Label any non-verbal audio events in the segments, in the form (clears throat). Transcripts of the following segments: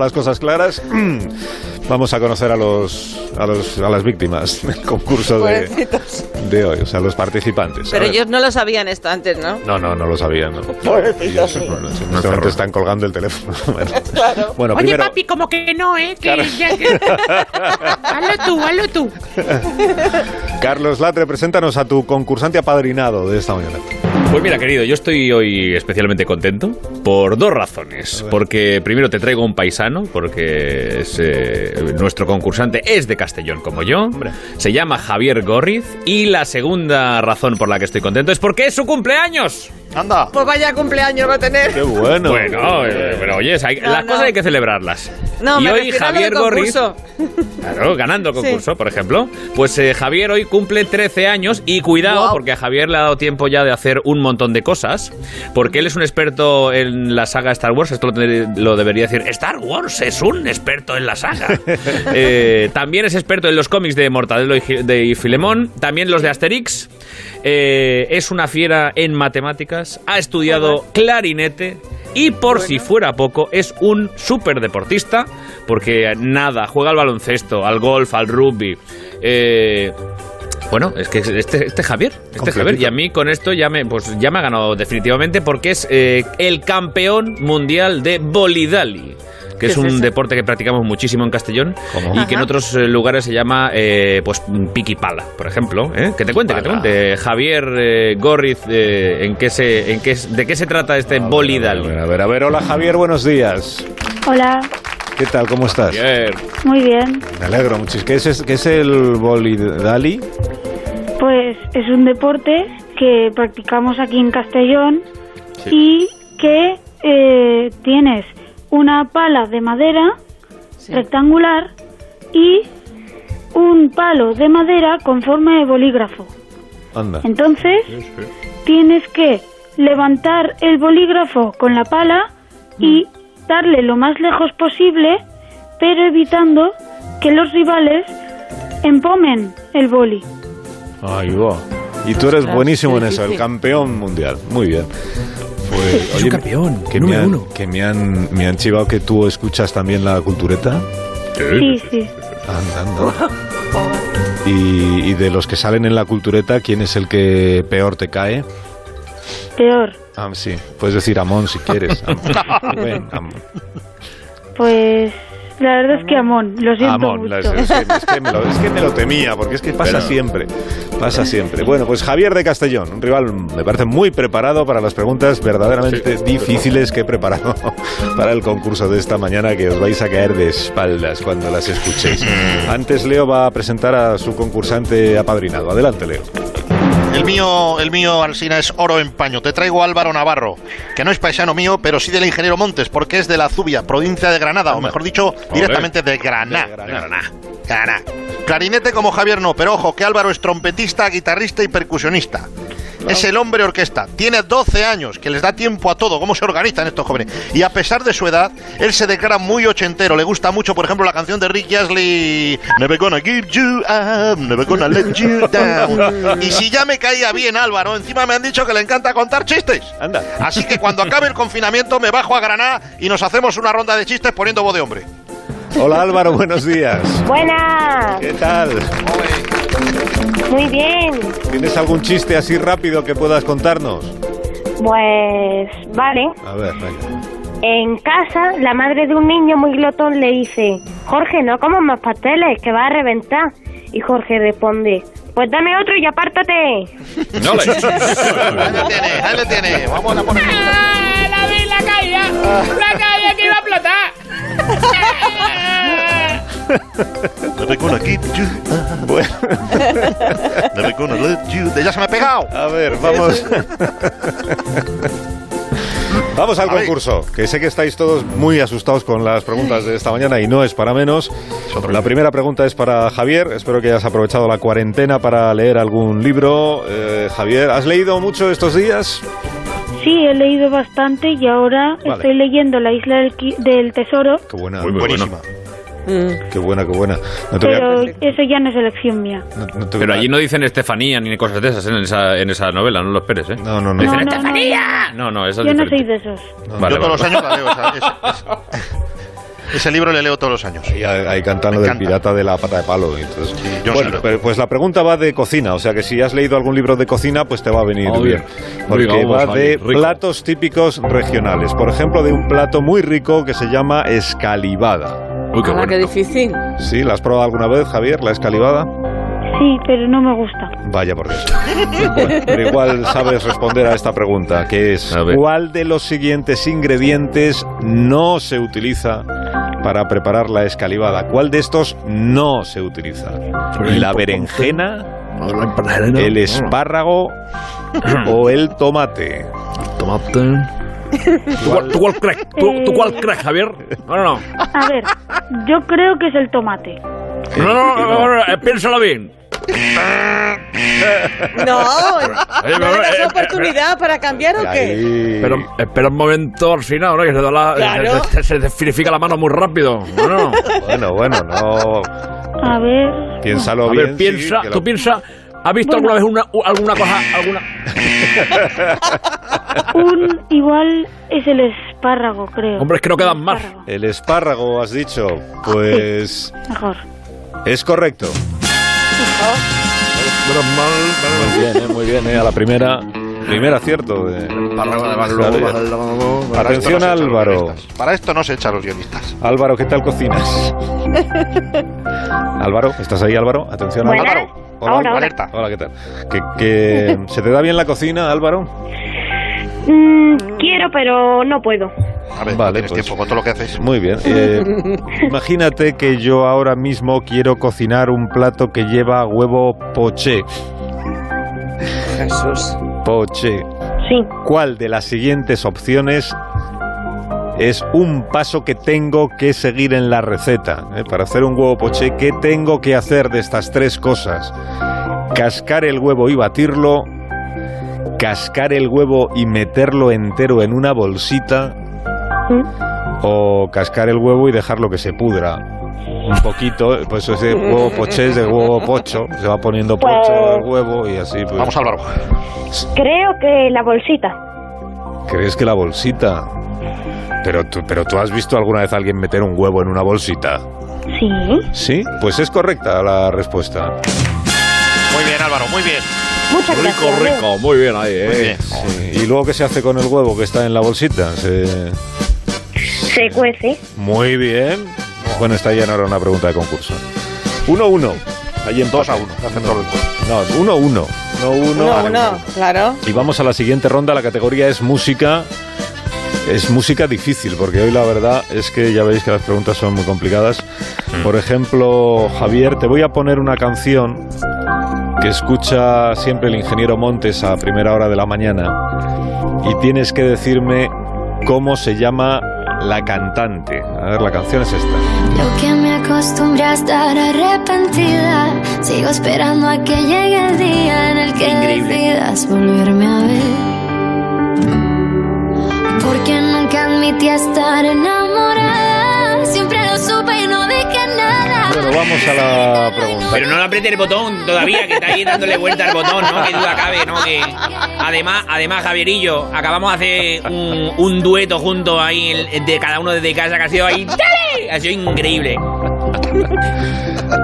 las cosas claras, (clears throat) vamos a conocer a los, a los a las víctimas (laughs) del concurso de, Pobrecitos. de hoy, o sea, los participantes. A Pero ver. ellos no lo sabían esto antes, ¿no? No, no, no lo sabían. No. Pobrecitos. Ellos, bueno, en este momento están colgando el teléfono. (laughs) Bueno, Claro. Bueno, Oye, primero, papi, como que no, ¿eh? Que Claro. ya que... hazlo tú, hazlo tú. Carlos Latre, preséntanos a tu concursante apadrinado de esta mañana. Pues mira, querido, yo estoy hoy especialmente contento por dos razones. Porque primero te traigo un paisano, porque es, eh, nuestro concursante es de Castellón como yo. Se llama Javier Gorriz. Y la segunda razón por la que estoy contento es porque es su cumpleaños. ¡Anda! Pues vaya cumpleaños va a tener. ¡Qué bueno! Bueno, eh, pero oye, hay- No, las no. cosas hay que celebrarlas. No, y me hoy refiero a lo Javier del Gorriz, concurso. claro, ganando el Sí. concurso, por ejemplo, pues eh, Javier hoy cumple 13 años y cuidado Guau. porque a Javier le ha dado tiempo ya de hacer un montón de cosas, porque él es un experto en la saga Star Wars, esto lo, tendré- lo debería decir, Star Wars es un experto en (laughs) la saga. Eh, también es experto en los cómics de Mortadelo y, Gi- de- y Filemón, también los de Asterix, eh, es una fiera en matemáticas, ha estudiado clarinete y por si fuera poco es un superdeportista porque nada, juega al baloncesto, al golf, al rugby. eh, bueno, es que este, este Javier, este Completito. Javier, y a mí con esto ya me, pues ya me ha ganado definitivamente porque es eh, el campeón mundial de bolidali, que es es un eso? deporte que practicamos muchísimo en Castellón ¿Cómo? y que en otros eh, lugares se llama eh, pues piqui pala, por ejemplo. ¿eh? Que te cuente, que te Pala. cuente, Javier eh, Gorriz, eh, en qué se, en qué, es- de qué se trata este A bolidali. ver, a ver, a ver, hola Javier, buenos días. Hola, ¿Qué tal? ¿Cómo estás? (laughs) Javier. muy bien. Me alegro muchísimo. ¿Qué es, ¿Qué es el bolidali? Pues es un deporte que practicamos aquí en Castellón y que eh, tienes una pala de madera rectangular y un palo de madera con forma de bolígrafo. Anda. Entonces tienes que levantar el bolígrafo con la pala y darle lo más lejos posible, pero evitando que los rivales empomen el boli. Ahí va. Y tú eres Ostras, buenísimo qué en eso, el difícil. campeón mundial. Muy bien. Pues, oye, campeón, que me han, Que me han, me han chivado que tú escuchas también la cultureta. Sí, sí. Anda, anda. Y, y de los que salen en la cultureta, ¿quién es el que peor te cae? Peor. Ah, sí, puedes decir Amón si quieres. Amón. Ven, Amón. Pues la verdad es que Amón, lo siento Amón, mucho. la- es, que- es que me lo, es que me lo temía, porque es que pasa Pero- siempre. Pasa siempre. Bueno, pues Javier de Castellón, un rival me parece muy preparado para las preguntas verdaderamente difíciles que he preparado (laughs) para el concurso de esta mañana, que os vais a caer de espaldas cuando las escuchéis. Antes Leo va a presentar a su concursante apadrinado. Adelante, Leo. El mío, el mío Alsina es oro en paño. Te traigo a Álvaro Navarro, que no es paisano mío, pero sí del ingeniero Montes, porque es de la Zubia, provincia de Granada, o mejor dicho, directamente de Granada. De Granada. Granada. Clarinete como Javier no, pero ojo, que Álvaro es trompetista, guitarrista y percusionista. Es el hombre orquesta, tiene 12 años, que les da tiempo a todo, cómo se organizan estos jóvenes. Y a pesar de su edad, él se declara muy ochentero. Le gusta mucho, por ejemplo, la canción de Rick Astley, Never gonna give you up, never gonna let you (laughs) down. Y si ya me caía bien Álvaro, encima me han dicho que le encanta contar chistes. Anda. Así que cuando acabe el confinamiento me bajo a Granada y nos hacemos una ronda de chistes poniendo voz de hombre. Hola Álvaro, buenos días. Buenas, ¿Qué tal? muy bien. ¿Tienes algún chiste así rápido que puedas contarnos? Pues vale, A ver, venga. en casa la madre de un niño muy glotón le dice, Jorge, no comas más pasteles, que va a reventar. Y Jorge responde, pues dame otro y apártate. No Ahí le tiene, ahí le tiene. Vamos a la poner. ¡Ah, la vi, la caía! ¡La caía que iba a explotar! Ah. Never gonna give you up, Bueno, never gonna let you down. Ya se me ha pegado. a ver, vamos. (laughs) Vamos al A ver. concurso, que sé que estáis todos muy asustados con las preguntas de esta mañana y no es para menos. La primera pregunta es para Javier. Espero que hayas aprovechado la cuarentena para leer algún libro. Eh, Javier, ¿has leído mucho estos días? Sí, he leído bastante y ahora Vale. estoy leyendo La isla del, qui- del tesoro, Qué buena, Muy bueno. buenísima. Qué buena, qué buena. No te voy a- pero eso ya no es elección mía. no- no te voy Pero a- allí no dicen Estefanía ni cosas de esas ¿eh? en esa, en esa novela, no lo esperes, ¿eh? No, no, no. No, no, Dicen no, Estefanía. No, no, eso es yo no soy diferente. de esos. Vale, Yo todos vale. los años la leo. esa- esa- esa. Ese libro le leo todos los años. Ahí, ahí cantando Me del encanta. pirata de la pata de palo. Entonces, yo bueno, sí lo- pero, pues la pregunta va de cocina. O sea que si has leído algún libro de cocina, pues te va a venir Obvio. bien. Porque Venga, vamos, va de vale, rico. platos típicos regionales. Por ejemplo, de un plato muy rico que se llama escalivada. Uy, qué Ala, bueno. qué difícil. ¿Sí? ¿La has probado alguna vez, Javier, la escalivada? Sí, pero no me gusta. Vaya por Dios. Bueno, pero igual sabes responder a esta pregunta, que es A ver. ¿cuál de los siguientes ingredientes no se utiliza para preparar la escalivada? ¿Cuál de estos no se utiliza? ¿La berenjena, el espárrago o el tomate? (laughs) ¿Tú cuál- ¿Tú cuál crees? ¿Tú, tú Eh. cuál crees, Javier? No, no, no. A ver, yo creo que es el tomate. No, no, no, no, no, eh, piénsalo bien. No, ¿no pero, le das eh, oportunidad para cambiar o qué? Ahí. Pero espera un momento al final, ¿no? Que se, da la, Claro. se, se- se desfinifica la mano muy rápido. Bueno, Bueno, bueno, no. A ver, Piénsalo a bien. ver, piensa, sí, que lo- tú piensa. ¿Has visto Bueno. alguna vez una, alguna cosa? Alguna... (laughs) un igual es el espárrago, creo. Hombre, es que no quedan más. Espárrago, El espárrago, has dicho. Pues Mejor. es correcto. Muy bien, eh, muy bien, eh, a la primera. Primer acierto. de- Para esto Atención, no se echan los Álvaro. guionistas. Para esto no se echan los guionistas. Álvaro, ¿qué tal cocinas? Álvaro, ¿estás ahí, Álvaro? Atención, Buenas. Álvaro. Ahora, Álvaro. ahora. Alerta. Hola, ¿qué tal? ¿Que, que- se te da bien la cocina, Álvaro? Mm, quiero, pero no puedo. A ver, Vale, no tienes pues. tiempo con todo lo que haces. Muy bien. eh, imagínate que yo ahora mismo quiero cocinar un plato que lleva huevo poché. Jesús. Poché. Sí. ¿Cuál de las siguientes opciones es un paso que tengo que seguir en la receta? ¿Eh? Para hacer un huevo poché, ¿qué tengo que hacer de estas tres cosas? Cascar el huevo y batirlo, cascar el huevo y meterlo entero en una bolsita, o cascar el huevo y dejarlo que se pudra. Un poquito, pues ese huevo poché es de huevo pocho, se va poniendo pocho Pues- al huevo y así. Pues. Vamos, Álvaro. Creo que la bolsita. ¿Crees que la bolsita? Pero tú, pero tú has visto alguna vez a alguien meter un huevo en una bolsita. Sí. ¿Sí? Pues es correcta la respuesta. Muy bien, Álvaro, muy bien. Muchas Rico, gracias. ¿eh? rico, muy bien ahí, Muy eh. bien. Sí. ¿Y luego qué se hace con el huevo que está en la bolsita? Se- Se cuece. Muy bien. Bueno, esta ya no era una pregunta de concurso. 1-1. Ahí en 2 a 1. Hace todo el cuerpo. No, 1-1. No 1 Uno, uno, claro. Y vamos a la siguiente ronda. La categoría es música. Es música difícil, porque hoy la verdad es que ya veis que las preguntas son muy complicadas. Por ejemplo, Javier, te voy a poner una canción que escucha siempre el ingeniero Montes a primera hora de la mañana y tienes que decirme cómo se llama la cantante. A ver, la canción es esta. Yo que me acostumbré a estar arrepentida, sigo esperando a que llegue el día en el que decidas volverme a ver. Porque nunca admití estar enamorada, siempre lo supe y no dije nada. Bueno, vamos a la pregunta. Pero no le apriete el botón todavía, que está ahí dándole vuelta al botón, ¿no? Que duda cabe, ¿no? Que... Además, además, Javierillo, acabamos de hacer un, un dueto juntos ahí, el- de cada uno desde casa, que ha sido ahí, ¡dale! Ha sido increíble.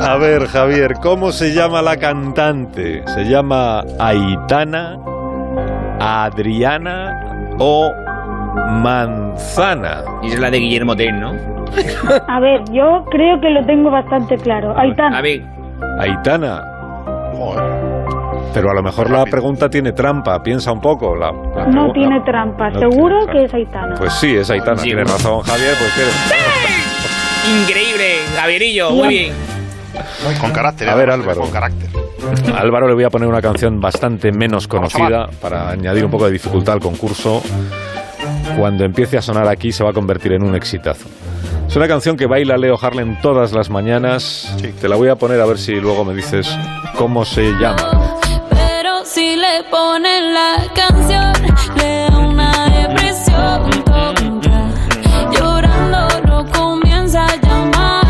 A ver, Javier, ¿cómo se llama la cantante? ¿Se llama Aitana, Adriana o Manzana? Y esa es la de Guillermo Tell, ¿no? A ver, yo creo que lo tengo bastante claro. A Aitana. ver, Aitana. Joder. Pero a lo mejor la pregunta tiene trampa, piensa un poco. La, la No pregu- tiene la- trampa, no seguro tiene trampa. que es Aitana. Pues sí, es Aitana, Sí. tienes razón, Javier, pues tienes- increíble, Javierillo, muy bien. Con carácter. A eh, ver, además, Álvaro. Con carácter. A (laughs) Álvaro le voy a poner una canción bastante menos Vamos a conocida para añadir un poco de dificultad al concurso. Cuando empiece a sonar aquí se va a convertir en un exitazo. Es una canción que baila Leo Harlem todas las mañanas. Sí. Te la voy a poner a ver si luego me dices cómo se llama. Pero si le ponen la canción, le da una depresión tonta. Llorando no comienza a llamar,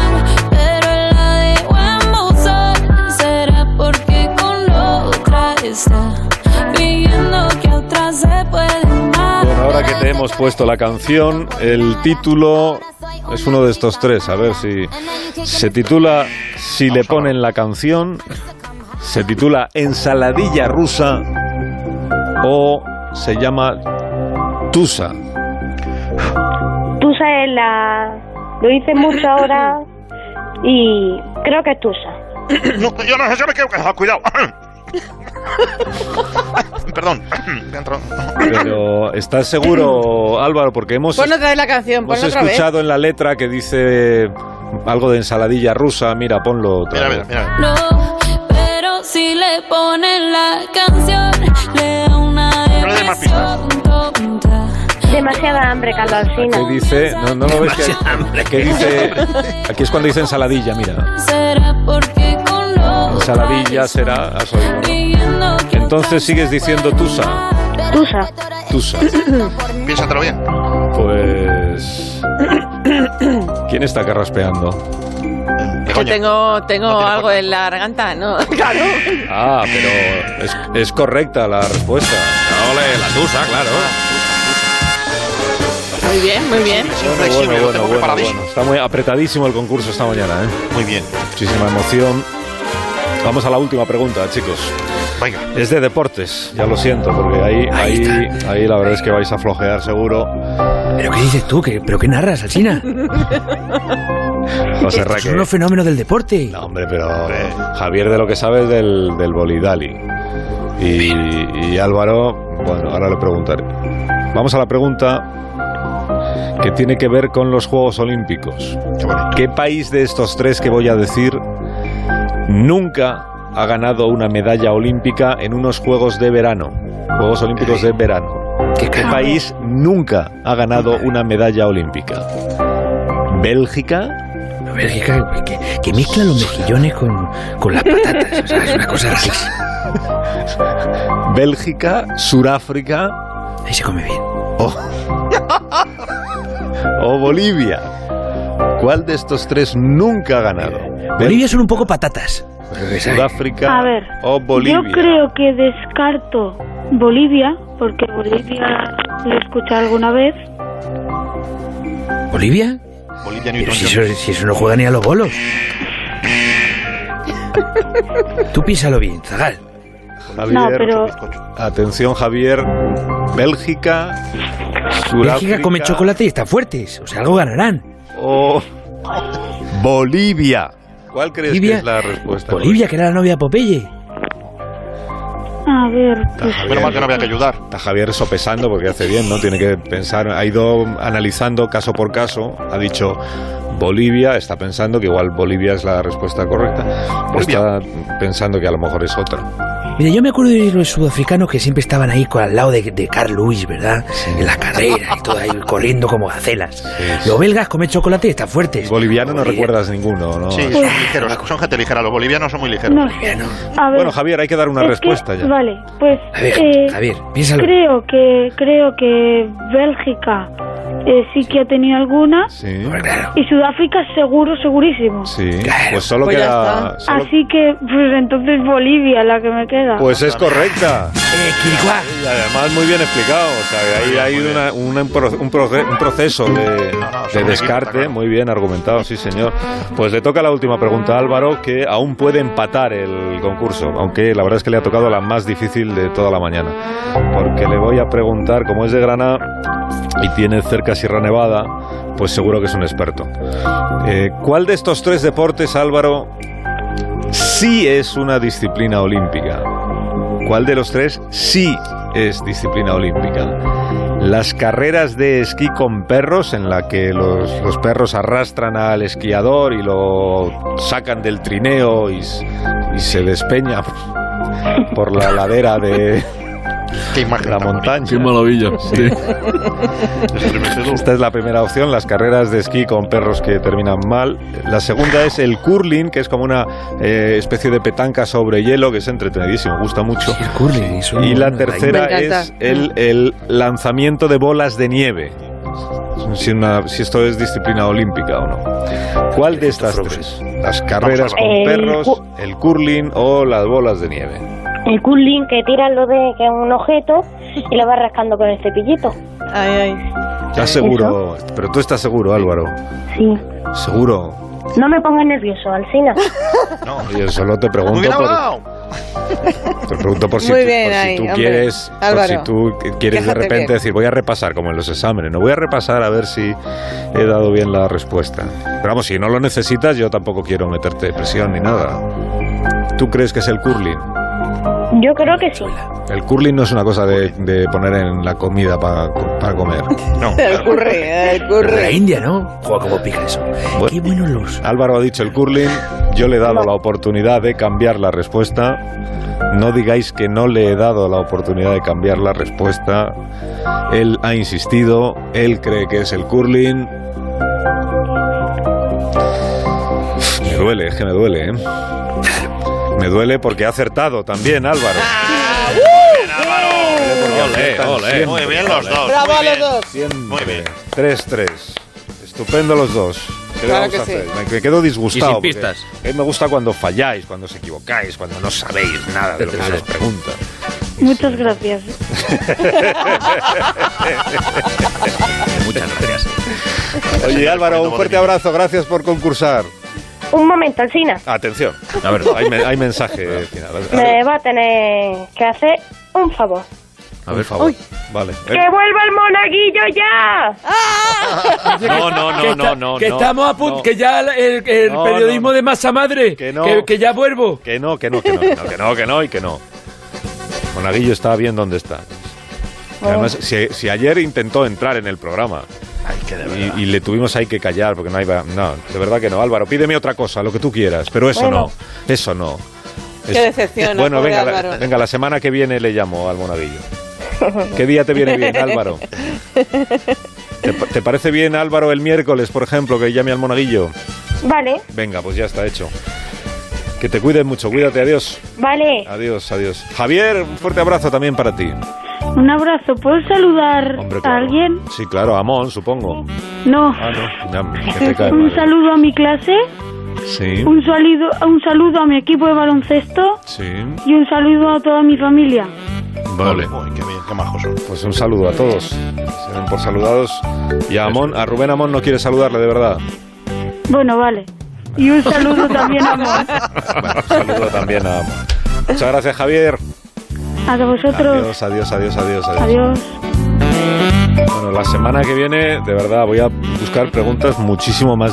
pero él la de buen buzón. Será porque con otra está, pidiendo que a otra se puede amar. Bueno, ahora que te hemos puesto la canción, el título, es uno de estos tres. A ver si se titula Si le ponen la canción, se titula Ensaladilla rusa o se llama Tusa. Tusa es la... Lo hice mucho ahora y creo que es Tusa. No, yo no sé si me quiero quejar, cuidado. Perdón. Me ha entrado. Pero ¿estás seguro, Álvaro? Porque hemos, Pon otra vez Pues la canción, pon hemos otra vez. escuchado en la letra que dice algo de ensaladilla rusa. Mira, ponlo otra Mira, vez. mira, mira. No, pero si le ponen la canción, le da una No le dé más depresión tonta. Demasiada hambre, Carlos Alsina. ¿Qué dice? No, no lo ves Demasiado hambre. que, que dice. Aquí es cuando dice ensaladilla, mira. Será porque con lo Ensaladilla será. has oído, ¿no? Riendo que Entonces sigues diciendo tusa. Tusa. Tusa. Piénsatelo bien. Pues. ¿Quién está carraspeando? ¿Qué Que coño? tengo, tengo No tiene algo coña. en la garganta, ¿no? (laughs) Claro. Ah, pero es, es correcta la respuesta. Ole, la tusa, claro. Muy bien, muy bien. Es Bueno, bueno, inflexible, lo bueno, tengo bueno, preparadísimo. bueno. Está muy apretadísimo el concurso esta mañana, ¿eh? Muy bien. Muchísima emoción. Vamos a la última pregunta, chicos. Venga. Es de deportes, ya lo siento, porque ahí, ahí, ahí la verdad es que vais a flojear seguro. ¿Pero qué dices tú? ¿Qué, ¿Pero qué narras, Alsina? José Es Raque. un fenómeno del deporte. No, hombre, pero Javier de lo que sabe es del, del Bolidali. Y, y Álvaro, bueno, ahora le preguntaré. Vamos a la pregunta que tiene que ver con los Juegos Olímpicos. Qué bonito. ¿Qué país de estos tres que voy a decir nunca ha ganado una medalla olímpica en unos Juegos de verano? Juegos Olímpicos de verano. ¿Qué país nunca ha ganado una medalla olímpica? ¿Bélgica? Bélgica, que, que mezcla los mejillones con, con las patatas. O sea, es una cosa rarísima. ¿Bélgica? ¿Suráfrica? Ahí se come bien. o Bolivia. ¿Cuál de estos tres nunca ha ganado? Bolivia son un poco patatas. Sudáfrica A ver, o Bolivia. Yo creo que descarto Bolivia, porque Bolivia lo he escuchado alguna vez. ¿Bolivia? Bolivia Pero Newton. si eso, si eso no juega ni a los bolos. Tú piénsalo bien, Zagal. Javier, no, pero Atención, Javier. Bélgica, Sudáfrica Bélgica come chocolate y están fuertes. O sea, algo ganarán. o Bolivia. ¿Cuál crees que Bolivia- es la respuesta? Bolivia, que era la novia de Popeye. a ver, pues Javier, Menos mal que no había que ayudar. Está Javier sopesando porque hace bien, ¿no? Tiene que pensar, ha ido analizando caso por caso, ha dicho Bolivia, está pensando que igual Bolivia es la respuesta correcta, o está pensando que a lo mejor es otra. Mira, yo me acuerdo de los sudafricanos que siempre estaban ahí con- al lado de, de Carl Lewis, ¿verdad? En la carrera y todo (laughs) ahí corriendo como gacelas. Los belgas comen chocolate y están fuertes. Boliviano no Bolivia. recuerdas ninguno, ¿no? Sí, son ligeros. Son gente ligera. Los bolivianos son muy ligeros. no sé. A ver, Bueno, Javier, hay que dar una es que- respuesta ya. Vale, pues A ver, eh, Javier, piénsalo. creo que creo que Bélgica eh, sí que ha tenido alguna Sí, Hombre, claro. y Sudáfrica seguro, segurísimo. sí. Claro. Pues solo Pues ya queda. solo- Así que pues entonces Bolivia la que me queda. Pues es correcta. Eh, Quiriguá. Y además muy bien explicado. O sea, ahí hay una- una- un, pro- un proce- un proceso de, no, de sobre equipo, descarte está muy bien argumentado, sí, señor. Pues le toca la última pregunta a Álvaro, que aún puede empatar el concurso, aunque la verdad es que le ha tocado la más difícil de toda la mañana. Porque le voy a preguntar, como es de Granada y tiene cerca Sierra Nevada, pues seguro que es un experto. Eh, ¿Cuál de estos tres deportes, Álvaro, sí es una disciplina olímpica? ¿Cuál de los tres sí es disciplina olímpica? Las carreras de esquí con perros, en la que los, los perros arrastran al esquiador y lo sacan del trineo y, s- y se despeña por la ladera de Qué imagen. la tan montaña. maravilla. Sí. Esta es la primera opción, las carreras de esquí con perros que terminan mal. La segunda es el curling, que es como una eh, especie de petanca sobre hielo, que es entretenidísimo, gusta mucho. El curling, eso Y no- la no- tercera Me encanta. es el, el lanzamiento de bolas de nieve. Si, una- si esto es disciplina olímpica o no. ¿Cuál de estas tres? Las carreras con Eh, El perros, cu- el curling o las bolas de nieve. El curling que tiras lo de que es un objeto y lo vas rascando con el cepillito. Ay, ay. ¿Estás seguro? Pero tú estás seguro, Álvaro. Sí. Seguro. No me pongas nervioso, Alcina. Yo solo te Me pregunto hubiera por, hablado. te pregunto por si, Muy tú- bien por si ahí, tú hombre. quieres, por Álvaro, si tú qu- quieres de quéjate repente bien. decir, voy a repasar como en los exámenes, no voy a repasar a ver si he dado bien la respuesta. Pero vamos, si no lo necesitas, yo tampoco quiero meterte presión ni nada. ¿Tú crees que es el curling? Yo creo que sí. El curling no es una cosa de, de poner en la comida pa- para comer. No, El claro. curry, el La curry. India, ¿no? Joder, cómo pica eso. Qué buenos los. Álvaro ha dicho el curling, yo le he dado la oportunidad de cambiar la respuesta. No digáis que no le he dado la oportunidad de cambiar la respuesta. Él ha insistido, él cree que es el curling. Me duele, es que me duele, ¿eh? Me duele porque ha acertado también Álvaro. Ah, Porque aciertan siempre. Eh, Muy bien los dos. Bravo muy a los bien. dos. Muy bien. 3-3. eh, Estupendo los dos. ¿Qué le Claro vamos que a sí. hacer? Me- Me quedo disgustado. Y sin porque pistas. A mí me gusta cuando falláis, cuando os equivocáis, cuando no sabéis nada de lo que se os pregunta. Muchas gracias. Muchas gracias. Oye, Álvaro, un fuerte abrazo. Gracias por concursar. Un momento, Alcina. Atención. A ver, hay, me- hay mensaje final. Me va a tener que hacer un favor. A ver, favor. Vale. ¡Que vuelva el monaguillo ya! No, no, no, que no, esta- no, que no, estamos a punto, no. que ya el, el No, periodismo no, no. de masa madre, Que no. ya vuelvo. Que no, que no, que no, que no, que no, que no y que no. Monaguillo está bien donde está. Oh. Y Además, si, si ayer intentó entrar en el programa y, y le tuvimos ahí que callar porque no iba. No, de verdad que no. Álvaro, pídeme otra cosa, lo que tú quieras, pero eso Bueno. no, eso no. Qué decepción, Bueno, pobre venga la, Álvaro. venga, la semana que viene le llamo al Monaguillo. ¿Qué día te viene bien, (laughs) Álvaro? ¿Te, pa- te parece bien, Álvaro, el miércoles, por ejemplo, que llame al Monaguillo? Vale, Venga, pues ya está hecho. Que te cuides mucho, cuídate, adiós. vale. Adiós, adiós. Javier, un fuerte abrazo también para ti. Un abrazo. ¿Puedo saludar Hombre, a claro. alguien? Sí, claro, Amón, supongo. No. Ah, no. Ya, que te cae Un mal. saludo a mi clase, Sí, un saludo, un saludo a mi equipo de baloncesto sí. y un saludo a toda mi familia. Vale. Uy, qué bien, qué majos son. Pues un saludo a todos. Se ven por saludados. Y a Amón, a Rubén Amón no quiere saludarle, de verdad. Bueno, vale. Y un saludo también a, Mon- Bueno, un saludo también a Amón. Muchas gracias, Javier. a Adiós, vosotros. adiós, adiós, adiós, adiós. Adiós. Bueno, la semana que viene, de verdad, voy a buscar preguntas muchísimo más